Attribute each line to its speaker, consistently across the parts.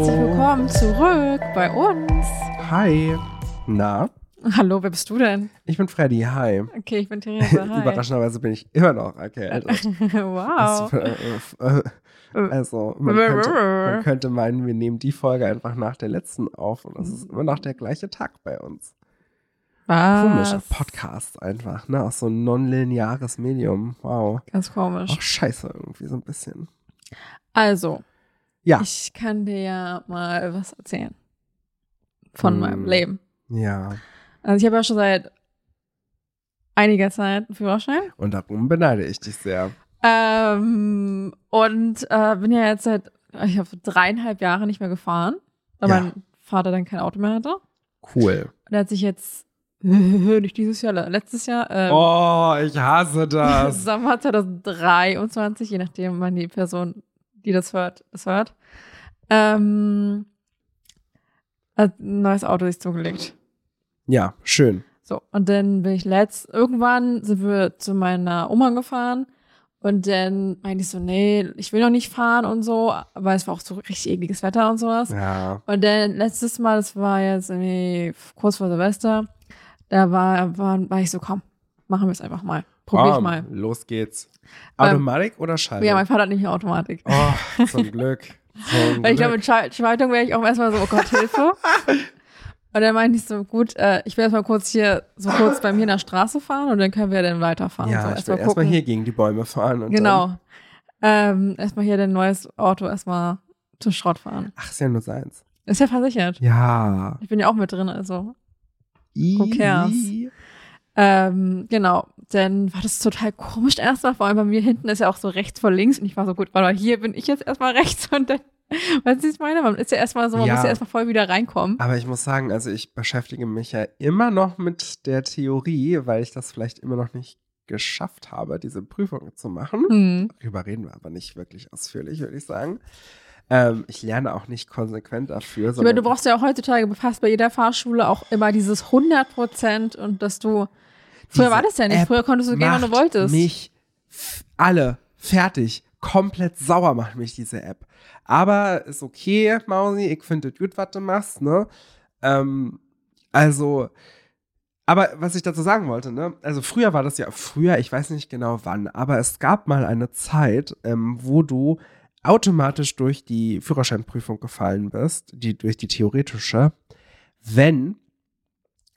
Speaker 1: Willkommen zurück bei uns.
Speaker 2: Hi. Na,
Speaker 1: Hallo, wer bist du denn?
Speaker 2: ich bin Freddy. Hi.
Speaker 1: Okay, ich bin Theresa. Hi. Äh,
Speaker 2: Überraschenderweise bin ich immer noch erkältet.
Speaker 1: wow.
Speaker 2: Also, äh, äh, also man,
Speaker 1: Äh.
Speaker 2: könnte, man könnte meinen, wir nehmen die Folge einfach nach der letzten auf und es ist immer noch der gleiche Tag bei uns.
Speaker 1: Was?
Speaker 2: Komischer Podcast einfach, ne? Auch so ein nonlineares Medium. Wow.
Speaker 1: Ganz komisch.
Speaker 2: Auch scheiße irgendwie so ein bisschen.
Speaker 1: Also,
Speaker 2: Ja.
Speaker 1: ich kann dir ja mal was erzählen von
Speaker 2: Hm.
Speaker 1: meinem Leben.
Speaker 2: Ja.
Speaker 1: Also, ich habe ja schon seit einiger Zeit einen Führerschein
Speaker 2: Und darum beneide ich dich sehr.
Speaker 1: ähm, und äh, bin ja jetzt seit, ich habe dreieinhalb Jahre nicht mehr gefahren, weil
Speaker 2: Ja.
Speaker 1: mein Vater dann kein Auto mehr hatte.
Speaker 2: Cool.
Speaker 1: Und er hat sich jetzt, nicht dieses Jahr, letztes Jahr, ähm,
Speaker 2: Oh, ähm. ich hasse das.
Speaker 1: Sommer 2023, je nachdem, wann die Person, die das hört, das hört, ähm, hat ein neues Auto sich zugelegt.
Speaker 2: ja, schön.
Speaker 1: So, und dann bin ich letzt, irgendwann sind wir zu meiner Oma gefahren und dann meinte ich so, nee, ich will noch nicht fahren und so, aber es war auch so richtig ekliges Wetter und sowas.
Speaker 2: Ja.
Speaker 1: Und dann letztes Mal, das war jetzt irgendwie kurz vor Silvester, da war, war, war ich so, komm, machen wir es einfach mal. Probier ich
Speaker 2: Bam,
Speaker 1: mal.
Speaker 2: Ah, Los geht's.
Speaker 1: Beim-
Speaker 2: Automatik oder Schaltung?
Speaker 1: Ja, mein Vater hat nicht Automatik.
Speaker 2: Oh, zum Glück. Zum
Speaker 1: Weil ich glaube,
Speaker 2: Glück.
Speaker 1: mit Schal- Schaltung wäre ich auch erstmal so, oh Gott, Hilfe. Und dann meinte ich so, gut, äh, ich will erstmal kurz hier, so kurz bei mir in der Straße fahren und dann können wir dann weiterfahren. so,
Speaker 2: ja, ich will erstmal
Speaker 1: gucken.
Speaker 2: hier gegen die Bäume fahren. Und Dann,
Speaker 1: Genau. Ähm, erstmal hier dein neues Auto erstmal zum Schrott fahren.
Speaker 2: ach, ist ja nur seins.
Speaker 1: Ist ja versichert.
Speaker 2: Ja.
Speaker 1: Ich bin ja auch mit drin, also.
Speaker 2: Easy.
Speaker 1: cares? Ähm, genau, dann war das total komisch erstmal, vor allem bei mir hinten ist ja auch so rechts vor links und ich war so gut, weil hier bin ich jetzt erstmal rechts und dann, weißt du, was ich meine? Man ist ja erstmal so, man
Speaker 2: Ja.
Speaker 1: muss ja erstmal voll wieder reinkommen.
Speaker 2: Aber ich muss sagen, also ich beschäftige mich ja immer noch mit der Theorie, weil ich das vielleicht immer noch nicht geschafft habe, diese Prüfung zu machen.
Speaker 1: Hm.
Speaker 2: Darüber reden wir aber nicht wirklich ausführlich, würde ich sagen. Ähm, ich lerne auch nicht konsequent dafür.
Speaker 1: Aber
Speaker 2: sondern-
Speaker 1: du brauchst ja auch heutzutage befasst bei jeder Fahrschule auch immer dieses 100 Prozent und dass du, früher
Speaker 2: Diese
Speaker 1: war das ja nicht,
Speaker 2: App
Speaker 1: früher konntest du gehen, wann du
Speaker 2: macht
Speaker 1: wolltest.
Speaker 2: Mich f- alle fertig. Komplett sauer macht mich diese App. Aber ist okay, Mausi. Ich finde es gut, was du machst, ne? Ähm, also, aber was ich dazu sagen wollte, ne? Also, früher war das ja, früher, ich weiß nicht genau wann, aber es gab mal eine Zeit, ähm, wo du automatisch durch die Führerscheinprüfung gefallen bist, die, durch die theoretische, wenn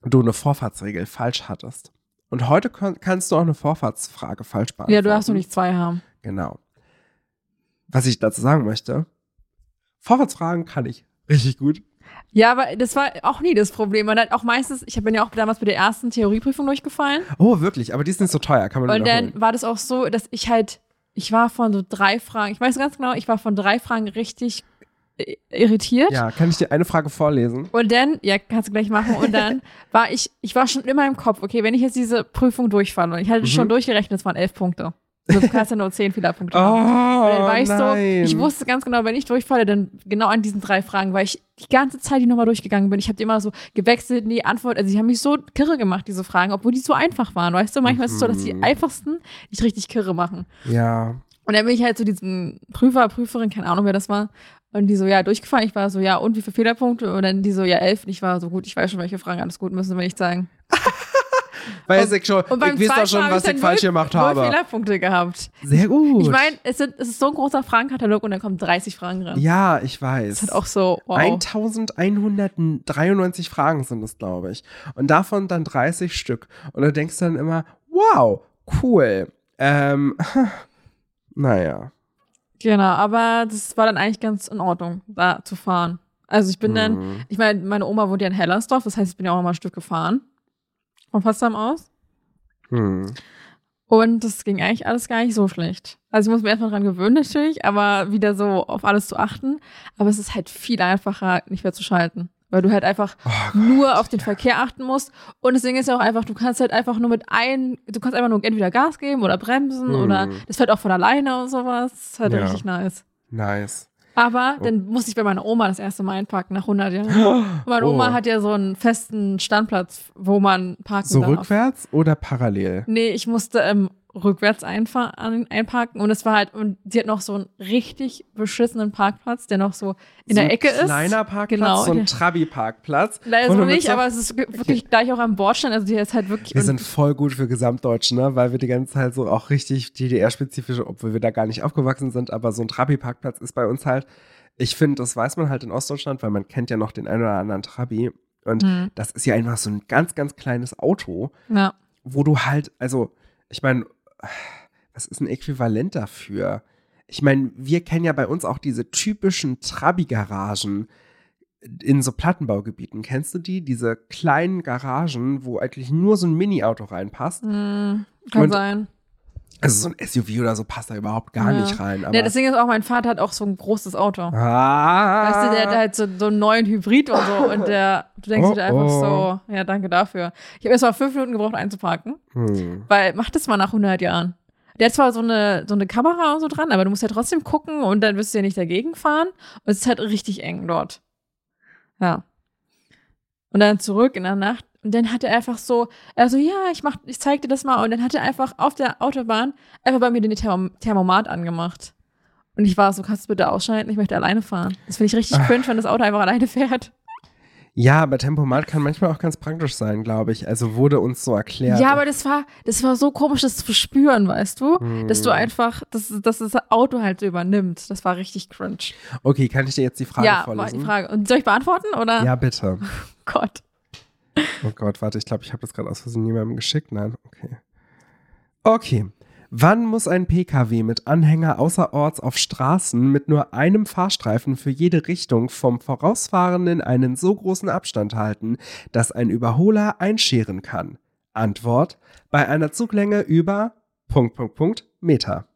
Speaker 2: du eine Vorfahrtsregel falsch hattest. Und heute kann, kannst du auch eine Vorfahrtsfrage falsch beantworten.
Speaker 1: Ja, du darfst nur nicht zwei haben.
Speaker 2: Genau. Was ich dazu sagen möchte, Vorfahrtsfragen kann ich richtig gut.
Speaker 1: Ja, aber das war auch nie das Problem. Man hat auch meistens, ich bin ja auch damals bei der ersten Theorieprüfung durchgefallen.
Speaker 2: Oh, wirklich, aber die ist nicht so teuer, kann man
Speaker 1: Und
Speaker 2: wiederholen.
Speaker 1: dann war das auch so, dass ich halt, ich war von so drei Fragen, ich weiß ganz genau, ich war von drei Fragen richtig äh, irritiert.
Speaker 2: Ja, kann ich dir eine Frage vorlesen?
Speaker 1: Und dann, ja, kannst du gleich machen. Und dann war ich, ich war schon immer im Kopf, okay, wenn ich jetzt diese Prüfung durchfahre, und ich hatte schon
Speaker 2: Mhm.
Speaker 1: durchgerechnet, es waren elf Punkte. Also du kannst ja nur zehn Fehlerpunkte
Speaker 2: Oh,
Speaker 1: haben. Und dann war ich
Speaker 2: nein.
Speaker 1: so, ich wusste ganz genau, wenn ich durchfalle, dann genau an diesen drei Fragen, weil ich die ganze Zeit die nochmal durchgegangen bin. Ich habe die immer so gewechselt, nee, Antwort. Also, die haben mich so kirre gemacht, diese Fragen, obwohl die so einfach waren. Weißt du, manchmal ist es so, dass die
Speaker 2: Mhm.
Speaker 1: einfachsten dich richtig kirre machen.
Speaker 2: Ja,
Speaker 1: Und dann bin ich halt zu diesem Prüfer, Prüferin, keine Ahnung, wer das war. Und die so, ja, durchgefallen. Ich war so, ja, und wie viele Fehlerpunkte? Und dann die so, ja, elf. Und ich war so, gut, ich weiß schon, welche Fragen alles gut müssen, will ich sagen.
Speaker 2: weiß ich schon.
Speaker 1: Und beim
Speaker 2: ich weiß
Speaker 1: zweiten
Speaker 2: doch schon,
Speaker 1: Mal hab
Speaker 2: was
Speaker 1: dann
Speaker 2: ich falsch
Speaker 1: null-
Speaker 2: gemacht
Speaker 1: null
Speaker 2: habe.
Speaker 1: Fehlerpunkte gehabt.
Speaker 2: Sehr gut.
Speaker 1: Ich meine, es, sind- es ist so ein großer Fragenkatalog und dann kommen 30 Fragen ran.
Speaker 2: ja, ich weiß.
Speaker 1: Das ist halt auch so, wow.
Speaker 2: 1193 Fragen sind es, glaube ich. Und davon dann 30 Stück. Und da denkst du dann immer, wow, cool. Ähm, naja.
Speaker 1: Genau, aber das war dann eigentlich ganz in Ordnung, da zu fahren. Also ich bin dann,
Speaker 2: Hm.
Speaker 1: ich meine, meine Oma wohnt ja in Hellersdorf, das heißt, ich bin ja auch mal ein Stück gefahren. Von Potsdam aus.
Speaker 2: Hm.
Speaker 1: Und das ging eigentlich alles gar nicht so schlecht. Also ich muss mir erstmal dran gewöhnen natürlich, aber wieder so auf alles zu achten. Aber es ist halt viel einfacher, nicht mehr zu schalten. Weil du halt einfach
Speaker 2: Oh,
Speaker 1: nur auf den Verkehr achten musst. Und das Ding ist ja auch einfach, du kannst halt einfach nur mit ein, du kannst einfach nur entweder Gas geben oder bremsen
Speaker 2: Mhm.
Speaker 1: oder das fährt auch von alleine und sowas. Das ist halt
Speaker 2: Ja.
Speaker 1: richtig nice.
Speaker 2: nice.
Speaker 1: Aber
Speaker 2: Oh.
Speaker 1: dann musste ich bei meiner Oma das erste Mal einparken nach 100 Jahren. Und Meine Oma
Speaker 2: Oh.
Speaker 1: hat ja so einen festen Standplatz, wo man parken
Speaker 2: So
Speaker 1: darf.
Speaker 2: rückwärts oder parallel?
Speaker 1: Nee, ich musste ähm, rückwärts einfahr- an- einparken und es war halt, und sie hat noch so einen richtig beschissenen Parkplatz, der noch so in
Speaker 2: so
Speaker 1: der Ecke
Speaker 2: ein
Speaker 1: ist.
Speaker 2: kleiner Parkplatz,
Speaker 1: Genau.
Speaker 2: so ein Trabi-Parkplatz.
Speaker 1: Leider
Speaker 2: Und
Speaker 1: so
Speaker 2: du mit
Speaker 1: nicht,
Speaker 2: so-
Speaker 1: aber es ist ge- wirklich gleich auch am Bordstein, also die ist halt wirklich.
Speaker 2: Wir
Speaker 1: und-
Speaker 2: sind voll gut für Gesamtdeutsch, ne? weil wir die ganze Zeit so auch richtig DDR-spezifische, obwohl wir da gar nicht aufgewachsen sind, aber so ein Trabi-Parkplatz ist bei uns halt, ich finde, das weiß man halt in Ostdeutschland, weil man kennt ja noch den einen oder anderen Trabi. Und
Speaker 1: Hm,
Speaker 2: das ist ja einfach so ein ganz, ganz kleines Auto,
Speaker 1: ja.
Speaker 2: wo du halt, also, ich meine, was ist ein Äquivalent dafür? Ich meine, wir kennen ja bei uns auch diese typischen Trabi-Garagen in so Plattenbaugebieten. Kennst du die? Diese kleinen Garagen, wo eigentlich nur so ein Mini-Auto reinpasst.
Speaker 1: Hm, kann
Speaker 2: Und-
Speaker 1: sein.
Speaker 2: Also so ein SUV oder so passt da überhaupt gar
Speaker 1: Ja.
Speaker 2: nicht rein. Aber
Speaker 1: Ja, deswegen ist auch mein Vater hat auch so ein großes Auto.
Speaker 2: ah,
Speaker 1: Weißt du, der hat halt so, so einen neuen Hybrid und so und der, du denkst
Speaker 2: Oh,
Speaker 1: dir einfach
Speaker 2: oh.
Speaker 1: so, ja, danke dafür. Ich habe erst mal fünf Minuten gebraucht einzuparken,
Speaker 2: hm.
Speaker 1: weil mach das mal nach 100 Jahren. Der hat zwar so eine, so eine Kamera und so dran, aber du musst ja trotzdem gucken und dann wirst du ja nicht dagegen fahren. Und es ist halt richtig eng dort. Ja. Und dann zurück in der Nacht. Und dann hat er einfach so, also ja, ich mach, ich zeig dir das mal. Und dann hat er einfach auf der Autobahn einfach bei mir den Therm Thermomat angemacht. Und ich war so, kannst du bitte ausschalten? Ich möchte alleine fahren. Das finde ich richtig cringe, wenn das Auto einfach alleine fährt.
Speaker 2: Ja, aber Tempomat kann manchmal auch ganz praktisch sein, glaube ich. Also wurde uns so
Speaker 1: Ja,
Speaker 2: erklärt.
Speaker 1: aber das war, das war so komisch, das zu spüren, weißt du?
Speaker 2: Hm.
Speaker 1: Dass du einfach, dass, dass das Auto halt so übernimmt. Das war richtig cringe.
Speaker 2: Okay, kann ich dir jetzt die Frage
Speaker 1: ja, war
Speaker 2: vorlesen?
Speaker 1: die Frage. Und soll ich beantworten oder?
Speaker 2: Ja, bitte.
Speaker 1: Gott.
Speaker 2: Oh Gott, warte, ich glaube, ich habe das gerade aus Versehen jemandem geschickt. Nein, okay. Okay. Wann muss ein Pkw mit Anhänger außerorts auf Straßen mit nur einem Fahrstreifen für jede Richtung vom Vorausfahrenden einen so großen Abstand halten, dass ein Überholer einscheren kann? Antwort: Bei einer Zuglänge über Punkt, Punkt, Punkt, Meter.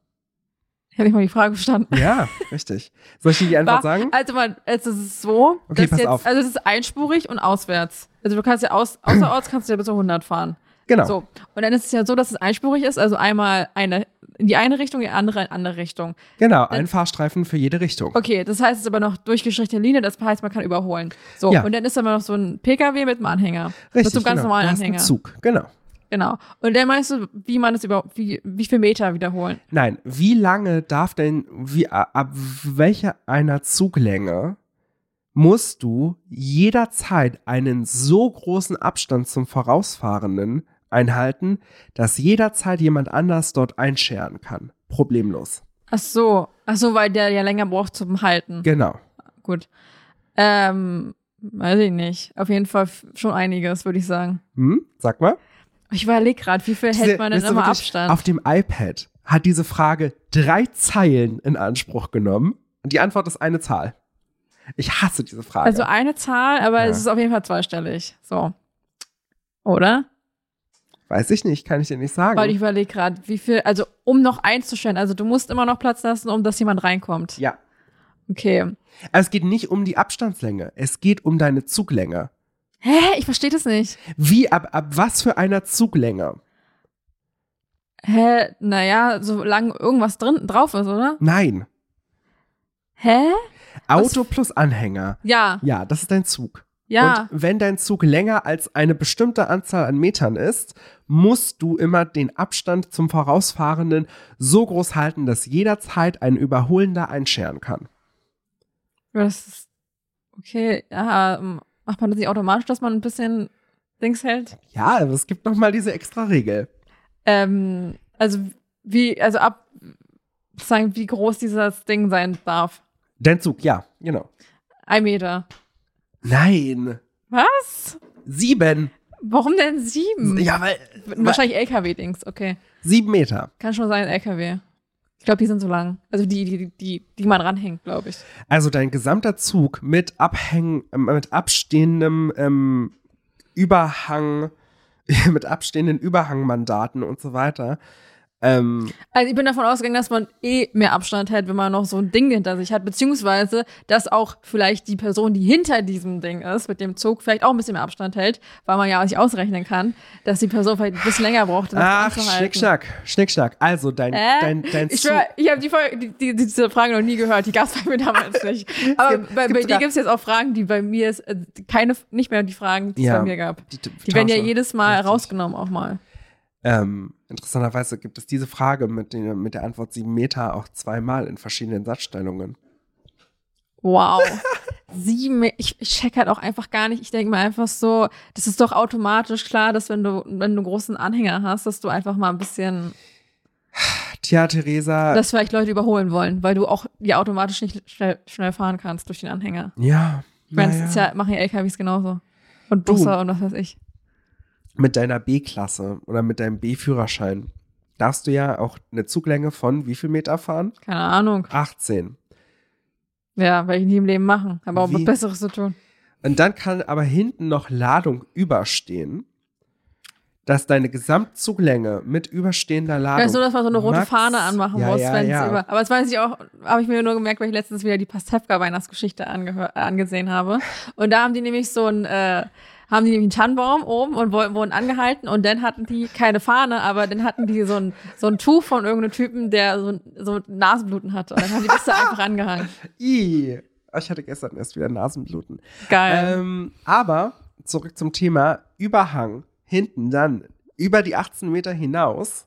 Speaker 1: Ich habe nicht mal die Frage verstanden.
Speaker 2: Ja, richtig. Soll ich dir die Antwort sagen?
Speaker 1: Also man, es ist so,
Speaker 2: Okay,
Speaker 1: dass
Speaker 2: pass
Speaker 1: jetzt,
Speaker 2: auf.
Speaker 1: also es ist einspurig und auswärts. Also du kannst ja aus, außerorts kannst du ja bis zu 100 fahren.
Speaker 2: Genau.
Speaker 1: So. Und dann ist es ja so, dass es einspurig ist, also einmal eine in die eine Richtung, die andere in die andere Richtung.
Speaker 2: Genau, ein Fahrstreifen für jede Richtung.
Speaker 1: Okay, das heißt, es ist aber noch durchgestrichene Linie, das heißt, man kann überholen. So,
Speaker 2: Ja.
Speaker 1: und dann ist aber noch so ein PKW mit einem Anhänger. mit so
Speaker 2: Richtig.
Speaker 1: einem ganz
Speaker 2: genau.
Speaker 1: normalen
Speaker 2: Da hast du einen
Speaker 1: Anhänger.
Speaker 2: Zug, genau.
Speaker 1: Genau. Und dann meinst du, wie man das über wie, wie viel Meter wiederholen?
Speaker 2: Nein, wie lange darf denn, wie, ab welcher einer Zuglänge musst du jederzeit einen so großen Abstand zum Vorausfahrenden einhalten, dass jederzeit jemand anders dort einscheren kann? Problemlos.
Speaker 1: Ach so, ach so, weil der ja länger braucht zum Halten.
Speaker 2: Genau.
Speaker 1: Gut. Ähm, weiß ich nicht. Auf jeden Fall f- schon einiges, würde ich sagen.
Speaker 2: Hm? Sag mal.
Speaker 1: Ich überlege gerade, wie viel hält
Speaker 2: Diese-
Speaker 1: man denn
Speaker 2: wisst ihr
Speaker 1: immer
Speaker 2: wirklich,
Speaker 1: Abstand?
Speaker 2: Auf dem iPad hat diese Frage drei Zeilen in Anspruch genommen und die Antwort ist eine Zahl. Ich hasse diese Frage.
Speaker 1: also eine Zahl, aber
Speaker 2: Ja.
Speaker 1: es ist auf jeden Fall zweistellig. So. Oder?
Speaker 2: Weiß ich nicht, kann ich dir nicht sagen.
Speaker 1: Weil ich überlege gerade, wie viel, also um noch einzustellen, also du musst immer noch Platz lassen, um dass jemand reinkommt.
Speaker 2: ja.
Speaker 1: Okay.
Speaker 2: Aber es geht nicht um die Abstandslänge, es geht um deine Zuglänge.
Speaker 1: Hä? Ich verstehe das nicht.
Speaker 2: Wie, ab, ab was für einer Zuglänge?
Speaker 1: Hä? Naja, solange irgendwas drin drauf ist, oder?
Speaker 2: Nein.
Speaker 1: Hä?
Speaker 2: Auto plus Anhänger.
Speaker 1: Ja,
Speaker 2: Ja, das ist dein Zug.
Speaker 1: ja.
Speaker 2: Und wenn dein Zug länger als eine bestimmte Anzahl an Metern ist, musst du immer den Abstand zum Vorausfahrenden so groß halten, dass jederzeit ein Überholender einscheren kann.
Speaker 1: Das ist okay, ja, ähm, macht man das nicht automatisch, dass man ein bisschen Dings hält?
Speaker 2: Ja, aber es gibt nochmal diese extra Regel.
Speaker 1: Ähm, also wie, also ab sagen, wie groß dieses Ding sein darf.
Speaker 2: Dein Zug, ja, genau.
Speaker 1: Ein Meter.
Speaker 2: Nein.
Speaker 1: Was?
Speaker 2: Sieben.
Speaker 1: Warum denn sieben?
Speaker 2: Ja, weil.
Speaker 1: Wahrscheinlich LKW-Dings, okay.
Speaker 2: Sieben Meter.
Speaker 1: Kann schon sein, LKW. Ich glaube, die sind so lang. Also die, die, die, die man ranhängt, glaube ich.
Speaker 2: Also dein gesamter Zug mit Abhängen, ähm, mit abstehendem ähm, Überhang, mit abstehenden Überhangmandaten und so weiter. Ähm,
Speaker 1: Also ich bin davon ausgegangen, dass man eh mehr Abstand hält, wenn man noch so ein Ding hinter sich hat, beziehungsweise dass auch vielleicht die Person, die hinter diesem Ding ist, mit dem Zug vielleicht auch ein bisschen mehr Abstand hält, weil man ja auch nicht ausrechnen kann, dass die Person vielleicht ein bisschen länger braucht, um das
Speaker 2: ach,
Speaker 1: anzuhalten.
Speaker 2: Schnickschnack, Schnickschnack. Also dein,
Speaker 1: Äh?
Speaker 2: dein, dein
Speaker 1: Ich
Speaker 2: Zug.
Speaker 1: schwör, ich habe die, Folge- die, die, diese Frage noch nie gehört. Die gab es bei mir damals nicht. Aber
Speaker 2: gibt- es
Speaker 1: bei,
Speaker 2: gibt
Speaker 1: bei dir
Speaker 2: sogar-
Speaker 1: gibt es jetzt auch Fragen, die bei mir ist, äh, keine, nicht mehr die Fragen, die es
Speaker 2: Ja.
Speaker 1: bei mir gab.
Speaker 2: Die,
Speaker 1: Die werden ja
Speaker 2: tausche.
Speaker 1: jedes Mal
Speaker 2: Richtig.
Speaker 1: rausgenommen auch mal.
Speaker 2: Ähm, interessanterweise gibt es diese Frage mit, den, mit der Antwort sieben Meter auch zweimal in verschiedenen Satzstellungen.
Speaker 1: Wow. Sieben, Me- ich, ich check halt auch einfach gar nicht. Ich denke mir einfach so, das ist doch automatisch klar, dass wenn du, wenn du einen großen Anhänger hast, dass du einfach mal ein bisschen,
Speaker 2: Tja, Theresa.
Speaker 1: dass vielleicht Leute überholen wollen, weil du auch ja automatisch nicht schnell, schnell fahren kannst durch den Anhänger.
Speaker 2: ja.
Speaker 1: Ich meine,
Speaker 2: naja.
Speaker 1: das ist ja, machen ja LKWs genauso. Und Busse
Speaker 2: Du.
Speaker 1: und was weiß ich.
Speaker 2: mit deiner B-Klasse oder mit deinem B-Führerschein darfst du ja auch eine Zuglänge von wie viel Meter fahren?
Speaker 1: Keine Ahnung.
Speaker 2: 18.
Speaker 1: Ja, weil ich nie im Leben machen. Habe auch
Speaker 2: Wie?
Speaker 1: was Besseres zu tun.
Speaker 2: Und dann kann aber hinten noch Ladung überstehen, dass deine Gesamtzuglänge mit überstehender Ladung.
Speaker 1: Weißt du, dass man so eine rote
Speaker 2: max-
Speaker 1: Fahne anmachen
Speaker 2: ja,
Speaker 1: muss,
Speaker 2: ja,
Speaker 1: wenn es
Speaker 2: ja.
Speaker 1: über. Aber das weiß ich auch, habe ich mir nur gemerkt, weil ich letztens wieder die Pastewka-Weihnachtsgeschichte angehör- äh, angesehen habe. Und da haben die nämlich so ein, äh, haben die nämlich einen Tannenbaum oben und wollten, wurden angehalten und dann hatten die keine Fahne, aber dann hatten die so ein, so ein Tuch von irgendeinem Typen, der so, ein- so Nasenbluten hatte. Und dann haben die das da einfach angehangen.
Speaker 2: I, ich hatte gestern erst wieder Nasenbluten.
Speaker 1: Geil.
Speaker 2: Ähm, aber zurück zum Thema Überhang hinten dann über die 18 Meter hinaus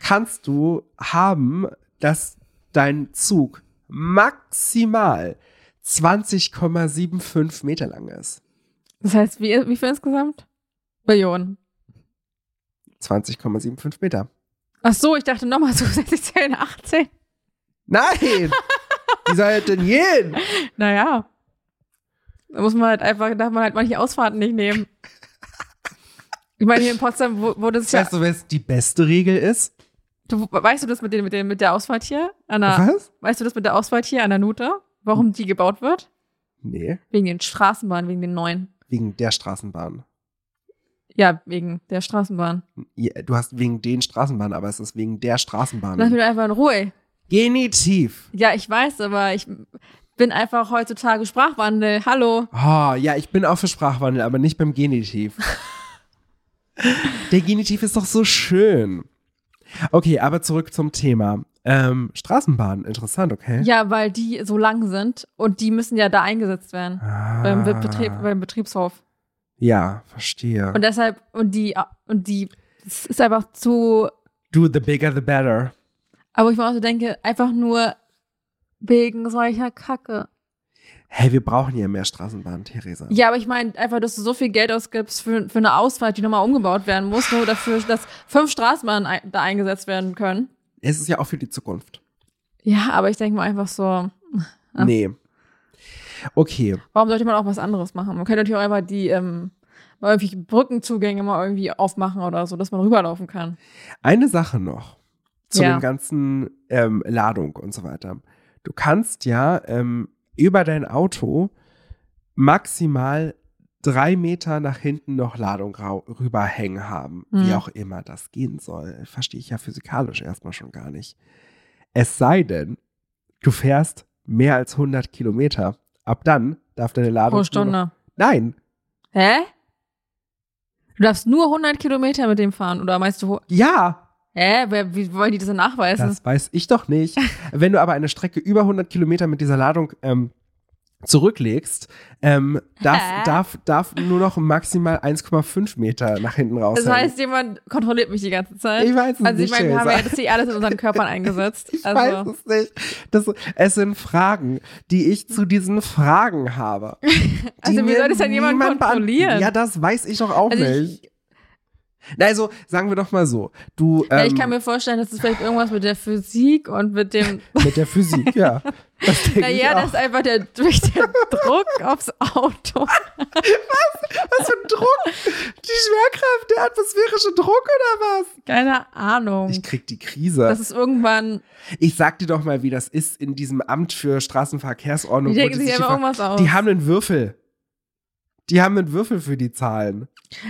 Speaker 2: kannst du haben, dass dein Zug maximal 20,75 Meter lang ist.
Speaker 1: Das heißt, wie, wie viel insgesamt? Millionen.
Speaker 2: 20,75 Meter.
Speaker 1: Ach so, ich dachte nochmal zusätzlich 10, 18.
Speaker 2: Nein! Wie soll das denn gehen?
Speaker 1: Naja. Da muss man halt einfach, darf man halt manche Ausfahrten nicht nehmen. Ich meine, hier in Potsdam wu- wurde es ja.
Speaker 2: Weißt du, was die beste Regel ist?
Speaker 1: Du, weißt du das mit, den, mit, den, mit der Ausfahrt hier? An der,
Speaker 2: Was?
Speaker 1: weißt du das mit der Ausfahrt hier an der Nute? Warum die gebaut wird?
Speaker 2: Nee,
Speaker 1: Wegen den Straßenbahnen, wegen den neuen.
Speaker 2: wegen der Straßenbahn.
Speaker 1: Ja, wegen der Straßenbahn.
Speaker 2: Ja, Du hast wegen den Straßenbahnen, aber es ist wegen der Straßenbahn.
Speaker 1: Lass mich doch einfach in Ruhe.
Speaker 2: Genitiv.
Speaker 1: Ja, ich weiß, aber ich bin einfach heutzutage Sprachwandel. Hallo.
Speaker 2: Ah, ja, ich bin auch für Sprachwandel, aber nicht beim Genitiv. Der Genitiv ist doch so schön. Okay, aber zurück zum Thema. Ähm, Straßenbahn, interessant, okay.
Speaker 1: Ja, weil die so lang sind und die müssen ja da eingesetzt werden.
Speaker 2: Ah,
Speaker 1: Beim, Betrieb, beim Betriebshof.
Speaker 2: ja, verstehe.
Speaker 1: Und deshalb, und die, und die, es ist einfach zu,
Speaker 2: Do the bigger the better.
Speaker 1: aber ich mir auch so denke, einfach nur wegen solcher Kacke.
Speaker 2: Hey, wir brauchen ja mehr Straßenbahn, Theresa.
Speaker 1: Ja, aber ich meine einfach, dass du so viel Geld ausgibst für, für eine Ausfahrt, die nochmal umgebaut werden muss, nur dafür, dass fünf Straßenbahnen ein, da eingesetzt werden können.
Speaker 2: Es ist ja auch für die Zukunft.
Speaker 1: Ja, aber ich denke mal einfach so, Ah.
Speaker 2: Nee. Okay,
Speaker 1: warum sollte man auch was anderes machen? Man könnte natürlich auch einfach die, ähm, mal irgendwie Brückenzugänge mal irgendwie aufmachen oder so, dass man rüberlaufen kann.
Speaker 2: eine Sache noch zu
Speaker 1: Ja.
Speaker 2: dem ganzen ähm, Ladung und so weiter. Du kannst ja ähm, über dein Auto maximal drei Meter nach hinten noch Ladung rau- rüberhängen haben. Wie
Speaker 1: Hm.
Speaker 2: auch immer das gehen soll. Verstehe ich ja physikalisch erstmal schon gar nicht. Es sei denn, du fährst mehr als 100 Kilometer. Ab dann darf deine Ladung.
Speaker 1: Pro
Speaker 2: nur Noch,
Speaker 1: Stunde.
Speaker 2: nein,
Speaker 1: Hä? Du darfst nur 100 Kilometer mit dem fahren, oder meinst du, ho-
Speaker 2: ja,
Speaker 1: Hä? Wer, wie wollen die das denn nachweisen?
Speaker 2: Das weiß ich doch nicht. Wenn du aber eine Strecke über 100 Kilometer mit dieser Ladung ähm, zurücklegst, ähm, darf,
Speaker 1: Hä?
Speaker 2: darf, darf nur noch maximal 1,5 Meter nach hinten raus.
Speaker 1: Das heißt, jemand kontrolliert mich die ganze Zeit.
Speaker 2: ich weiß es
Speaker 1: also ich
Speaker 2: nicht.
Speaker 1: meine, wir haben ja
Speaker 2: Theresa.
Speaker 1: jetzt nicht alles in unseren Körpern eingesetzt.
Speaker 2: ich weiß
Speaker 1: also
Speaker 2: es nicht. Das, es sind Fragen, die ich zu diesen Fragen habe. Die
Speaker 1: Also wie
Speaker 2: mir
Speaker 1: soll das denn jemand
Speaker 2: niemand beant-
Speaker 1: kontrollieren?
Speaker 2: Ja, das weiß ich doch auch
Speaker 1: Also ich-
Speaker 2: nicht. Na, also sagen wir doch mal so, du ähm,
Speaker 1: ja, ich kann mir vorstellen, dass es vielleicht irgendwas mit der Physik und mit dem,
Speaker 2: mit der Physik, ja. Das denke ich
Speaker 1: naja,
Speaker 2: auch.
Speaker 1: das ist einfach der, durch den Druck aufs Auto.
Speaker 2: Was für ein Druck? Die Schwerkraft, der atmosphärische Druck oder was?
Speaker 1: Keine Ahnung.
Speaker 2: Ich krieg die Krise.
Speaker 1: Das ist irgendwann,
Speaker 2: Ich sag dir doch mal, wie das ist in diesem Amt für Straßenverkehrsordnung.
Speaker 1: die
Speaker 2: wo
Speaker 1: denken
Speaker 2: die
Speaker 1: sich
Speaker 2: die
Speaker 1: einfach um
Speaker 2: Ver-
Speaker 1: irgendwas aus.
Speaker 2: die haben einen Würfel. Die haben einen Würfel für die Zahlen.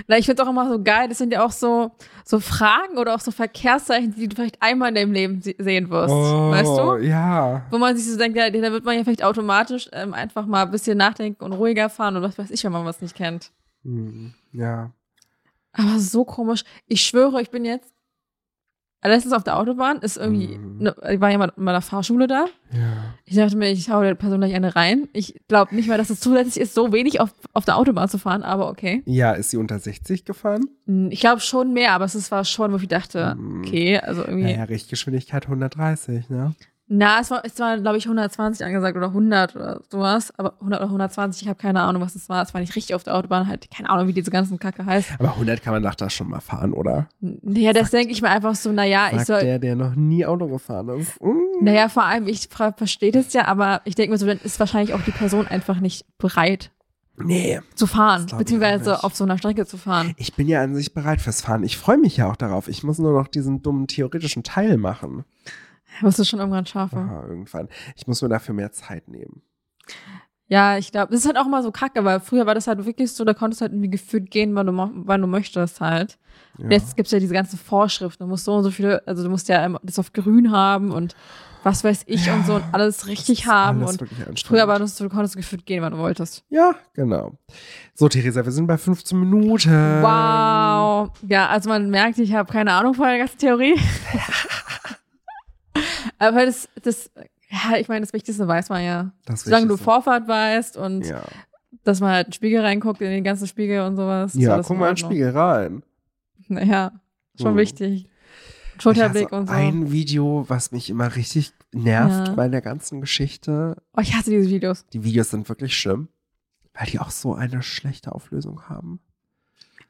Speaker 1: Na, ich finde auch immer so geil, das sind ja auch so, so Fragen oder auch so Verkehrszeichen, die du vielleicht einmal in deinem Leben se- sehen wirst. weißt du?
Speaker 2: Oh, Ja.
Speaker 1: wo man sich so denkt, ja, da wird man ja vielleicht automatisch ähm, einfach mal ein bisschen nachdenken und ruhiger fahren und was weiß ich, wenn man was nicht kennt.
Speaker 2: Hm, Ja.
Speaker 1: Aber so komisch. Ich schwöre, ich bin jetzt letztens auf der Autobahn ist irgendwie,
Speaker 2: Mhm.
Speaker 1: ne, war jemand in meiner Fahrschule da.
Speaker 2: Ja.
Speaker 1: Ich dachte mir, ich hau der Person gleich eine rein. Ich glaube nicht mal, dass es zulässig ist, so wenig auf, auf der Autobahn zu fahren, aber okay.
Speaker 2: ja, ist sie unter 60 gefahren?
Speaker 1: Hm, Ich glaube schon mehr, aber es ist- war schon, wo ich dachte,
Speaker 2: Mhm.
Speaker 1: okay, also irgendwie.
Speaker 2: Naja, Richtgeschwindigkeit 130, ne?
Speaker 1: Na, es war, es war glaube ich, 120 angesagt oder 100 oder sowas. Aber 100 oder 120, ich habe keine Ahnung, was es war. Es war nicht richtig auf der Autobahn, halt keine Ahnung, wie diese ganzen Kacke heißt.
Speaker 2: Aber 100 kann man nach das schon mal fahren, oder?
Speaker 1: Naja, das denke ich mir einfach so, naja, ich
Speaker 2: Sagt
Speaker 1: soll.
Speaker 2: der, der noch nie Auto gefahren ist. Mm.
Speaker 1: Naja, vor allem, ich ver- verstehe das ja, aber ich denke mir so, dann ist wahrscheinlich auch die Person einfach nicht bereit
Speaker 2: Nee,
Speaker 1: zu fahren,
Speaker 2: glaub ich auch
Speaker 1: beziehungsweise
Speaker 2: nicht.
Speaker 1: auf so einer Strecke zu fahren.
Speaker 2: ich bin ja an sich bereit fürs Fahren. Ich freue mich ja auch darauf. Ich muss nur noch diesen dummen theoretischen Teil machen.
Speaker 1: Das ist schon irgendwann schaffen.
Speaker 2: Aha, irgendwann. Ich muss mir dafür mehr Zeit nehmen.
Speaker 1: Ja, ich glaube, das ist halt auch mal so kacke, weil früher war das halt wirklich so, da konntest du halt irgendwie gefühlt gehen, wann du, mo- wann du möchtest halt.
Speaker 2: Ja.
Speaker 1: Jetzt gibt's ja diese ganzen Vorschriften. Du musst so und so viele, also du musst ja ähm, das auf grün haben und was weiß ich und so und alles richtig haben.
Speaker 2: Alles
Speaker 1: Und
Speaker 2: wirklich anstrengend.
Speaker 1: früher war das, so, du konntest gefühlt gehen, wann du wolltest.
Speaker 2: Ja, genau. So, Theresa, wir sind bei 15 Minuten.
Speaker 1: Wow. Ja, also man merkt, ich habe keine Ahnung von der ganzen Theorie. Aber das, das, ja, ich meine, das Wichtigste weiß man ja.
Speaker 2: Das
Speaker 1: Solange du
Speaker 2: Wichtigste.
Speaker 1: Vorfahrt weißt und
Speaker 2: Ja,
Speaker 1: dass man halt in den Spiegel reinguckt, in den ganzen Spiegel und sowas. ist
Speaker 2: ja
Speaker 1: alles
Speaker 2: guck mal in den
Speaker 1: Ordnung.
Speaker 2: Spiegel rein.
Speaker 1: Naja, schon
Speaker 2: Hm.
Speaker 1: wichtig.
Speaker 2: Ich
Speaker 1: Schulterblick
Speaker 2: hasse
Speaker 1: und so.
Speaker 2: Ein Video, was mich immer richtig nervt
Speaker 1: Ja.
Speaker 2: bei der ganzen Geschichte.
Speaker 1: Oh, ich hasse diese Videos.
Speaker 2: Die Videos sind wirklich schlimm, weil die auch so eine schlechte Auflösung haben.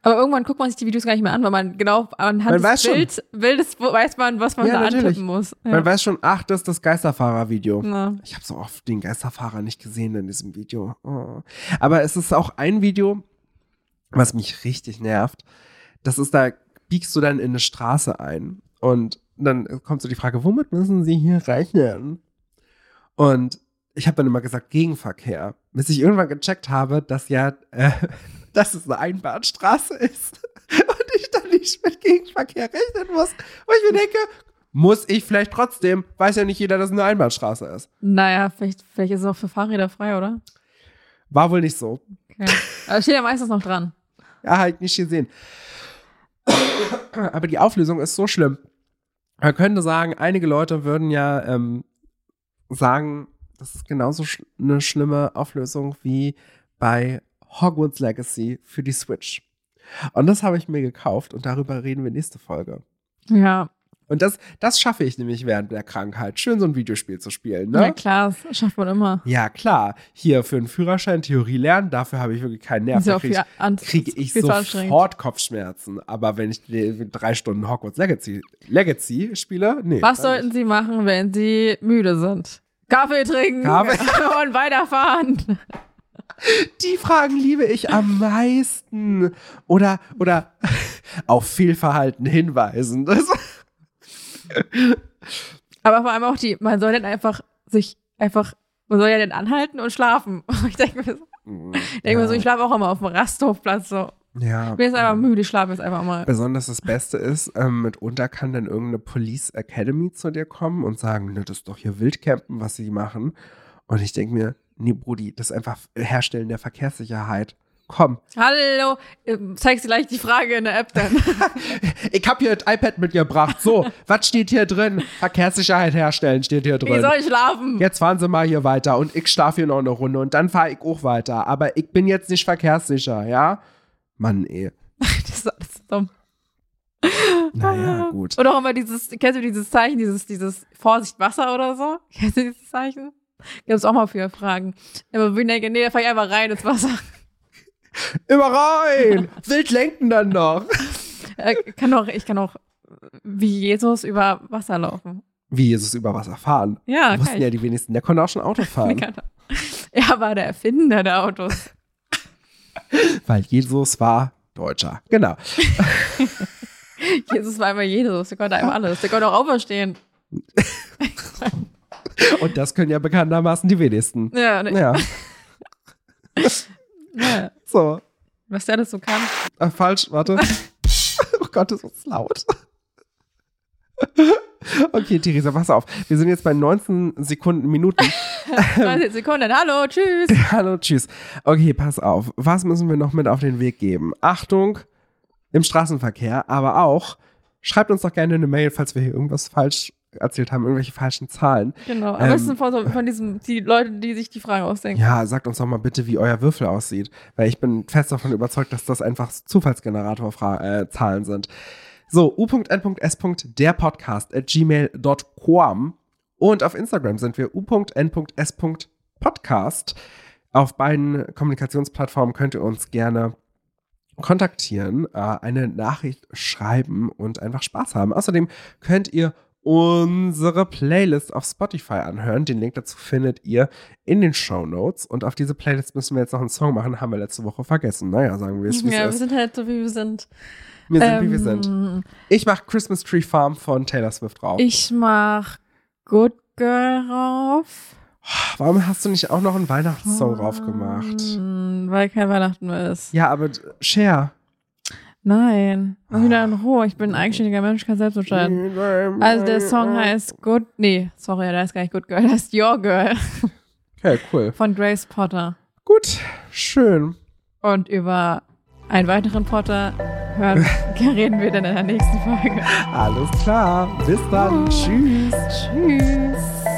Speaker 1: Aber irgendwann guckt man sich die Videos gar nicht mehr an, weil man genau anhand
Speaker 2: Man
Speaker 1: des
Speaker 2: weiß schon.
Speaker 1: Bilds, Bildes weiß man, was man
Speaker 2: Ja,
Speaker 1: da
Speaker 2: natürlich.
Speaker 1: antippen muss. Ja.
Speaker 2: Man weiß schon, ach, das ist das Geisterfahrer-Video.
Speaker 1: Ja.
Speaker 2: Ich habe so oft den Geisterfahrer nicht gesehen in diesem Video. Oh. Aber es ist auch ein Video, was mich richtig nervt. Das ist, da biegst du dann in eine Straße ein. Und dann kommt so die Frage, womit müssen sie hier rechnen? Und ich habe dann immer gesagt, Gegenverkehr. Bis ich irgendwann gecheckt habe, dass ja, äh, dass es eine Einbahnstraße ist. Und ich dann nicht mit Gegenverkehr rechnen muss. Wo ich mir denke, muss ich vielleicht trotzdem, weiß ja nicht jeder, dass es eine Einbahnstraße ist.
Speaker 1: Naja, vielleicht, vielleicht ist es auch für Fahrräder frei, oder?
Speaker 2: War wohl nicht so.
Speaker 1: Okay. Aber steht ja meistens noch dran.
Speaker 2: Ja, halt nicht gesehen. Aber die Auflösung ist so schlimm. Man könnte sagen, einige Leute würden ja ähm, sagen, das ist genauso sch eine schlimme Auflösung wie bei Hogwarts Legacy für die Switch. Und das habe ich mir gekauft und darüber reden wir nächste Folge.
Speaker 1: Ja,
Speaker 2: Und das, das schaffe ich nämlich während der Krankheit. Schön so ein Videospiel zu spielen,
Speaker 1: na
Speaker 2: ne?
Speaker 1: klar, das schafft man immer.
Speaker 2: Ja, klar. Hier für einen Führerschein Theorie lernen, dafür habe ich wirklich keinen Nerv.
Speaker 1: Ist ja
Speaker 2: Da
Speaker 1: auch
Speaker 2: krieg ich-
Speaker 1: viel an-
Speaker 2: kriege ich
Speaker 1: viel zu anstrengend.
Speaker 2: sofort Kopfschmerzen. Aber wenn ich die drei Stunden Hogwarts Legacy, Legacy spiele, nee.
Speaker 1: Was
Speaker 2: dann
Speaker 1: sollten
Speaker 2: nicht.
Speaker 1: Sie machen, wenn Sie müde sind? Kaffee trinken
Speaker 2: Kaffee.
Speaker 1: und weiterfahren.
Speaker 2: Die Fragen liebe ich am meisten. Oder, oder auf Fehlverhalten hinweisen. Das,
Speaker 1: Aber vor allem auch die, man soll dann einfach sich einfach, man soll ja dann anhalten und schlafen. Ich denke mir, so, ich denke mir so, ich schlafe auch immer auf dem Rasthofplatz. So.
Speaker 2: ja.
Speaker 1: Ich bin jetzt einfach müde, ich schlafe jetzt einfach mal.
Speaker 2: Besonders das Beste ist, ähm, mitunter kann dann irgendeine Police Academy zu dir kommen und sagen, ne, das ist doch hier Wildcampen, was sie machen. Und ich denke mir, nee, Brudi, das ist einfach Herstellen der Verkehrssicherheit. Komm,
Speaker 1: Hallo, ähm, zeigst dir gleich die Frage in der App dann.
Speaker 2: ich habe hier ein iPad mitgebracht. So, was steht hier drin? Verkehrssicherheit herstellen steht hier
Speaker 1: Wie
Speaker 2: drin.
Speaker 1: soll ich schlafen?
Speaker 2: Jetzt fahren Sie mal hier weiter und ich schlafe hier noch eine Runde und dann fahre ich auch weiter. Aber ich bin jetzt nicht verkehrssicher, ja? Mann, eh.
Speaker 1: Das ist alles dumm.
Speaker 2: Naja, Ah gut.
Speaker 1: Und auch immer dieses, kennst du dieses Zeichen, dieses, dieses Vorsicht Wasser oder so? Kennst du dieses Zeichen? Gab es auch mal für Fragen. Aber wenn ich denke, nee, da fahr ich einfach rein ins Wasser.
Speaker 2: Immer rein! Wild lenken dann noch.
Speaker 1: Äh, kann auch, ich kann auch äh, wie Jesus über Wasser laufen.
Speaker 2: Wie Jesus über Wasser fahren.
Speaker 1: Ja,
Speaker 2: Wussten
Speaker 1: kann
Speaker 2: ja
Speaker 1: ich.
Speaker 2: die wenigsten. Der konnte auch schon Auto
Speaker 1: Nee,
Speaker 2: fahren.
Speaker 1: kann auch. Er war der Erfinder der Autos.
Speaker 2: weil Jesus war Deutscher. Genau.
Speaker 1: Jesus war immer Jesus. Der konnte einfach alles. Der konnte auch auferstehen.
Speaker 2: Und das können ja bekanntermaßen die wenigsten.
Speaker 1: Ja, ne,
Speaker 2: Ja,
Speaker 1: ja.
Speaker 2: so.
Speaker 1: Was der das so kann.
Speaker 2: Äh, falsch, warte. oh Gott, das ist laut. Okay, Theresa, pass auf. Wir sind jetzt bei 19 Sekunden, Minuten. Ähm.
Speaker 1: 30 Sekunden. Hallo, tschüss.
Speaker 2: Hallo, tschüss. Okay, pass auf. Was müssen wir noch mit auf den Weg geben? Achtung im Straßenverkehr, aber auch Schreibt uns doch gerne eine Mail, falls wir hier irgendwas falsch erzählt haben, irgendwelche falschen Zahlen.
Speaker 1: Genau.
Speaker 2: Ähm,
Speaker 1: Aber es sind von, so- von diesem, die Leute, die sich die Fragen ausdenken.
Speaker 2: Ja, sagt uns doch mal bitte, wie euer Würfel aussieht, weil ich bin fest davon überzeugt, dass das einfach Zufallsgenerator-Zahlen äh, Zahlen sind. So, u.n.s. der Podcast at gmail.com und auf Instagram sind wir u.n.s.podcast. Auf beiden Kommunikationsplattformen könnt ihr uns gerne kontaktieren, äh, eine Nachricht schreiben und einfach Spaß haben. Außerdem könnt ihr unsere Playlist auf Spotify anhören. Den Link dazu findet ihr in den Show Notes. Und auf diese Playlist müssen wir jetzt noch einen Song machen, haben wir letzte Woche vergessen. Naja, sagen wir es, wie
Speaker 1: Ja, wir
Speaker 2: es ist.
Speaker 1: sind halt so, wie wir sind.
Speaker 2: Wir sind, wie wir
Speaker 1: Ähm,
Speaker 2: sind. Ich mache Christmas Tree Farm von Taylor Swift drauf.
Speaker 1: Ich mach Good Girl rauf.
Speaker 2: Warum hast du nicht auch noch einen Weihnachtssong drauf gemacht?
Speaker 1: Hm, Weil kein Weihnachten mehr ist.
Speaker 2: Ja, aber share.
Speaker 1: Nein. Mach wieder in
Speaker 2: Ah.
Speaker 1: Ruhe. Ich bin ein eigenständiger Mensch, kann selbst entscheiden. Also
Speaker 2: Also
Speaker 1: der Song heißt Good. Nee, sorry, der heißt gar nicht Good Girl, der heißt Your Girl
Speaker 2: Okay, cool.
Speaker 1: von Grace Potter.
Speaker 2: Gut, schön.
Speaker 1: Und über einen weiteren Potter hören, reden wir dann in der nächsten Folge.
Speaker 2: Alles klar. Bis dann.
Speaker 1: Gut.
Speaker 2: Tschüss.
Speaker 1: Tschüss.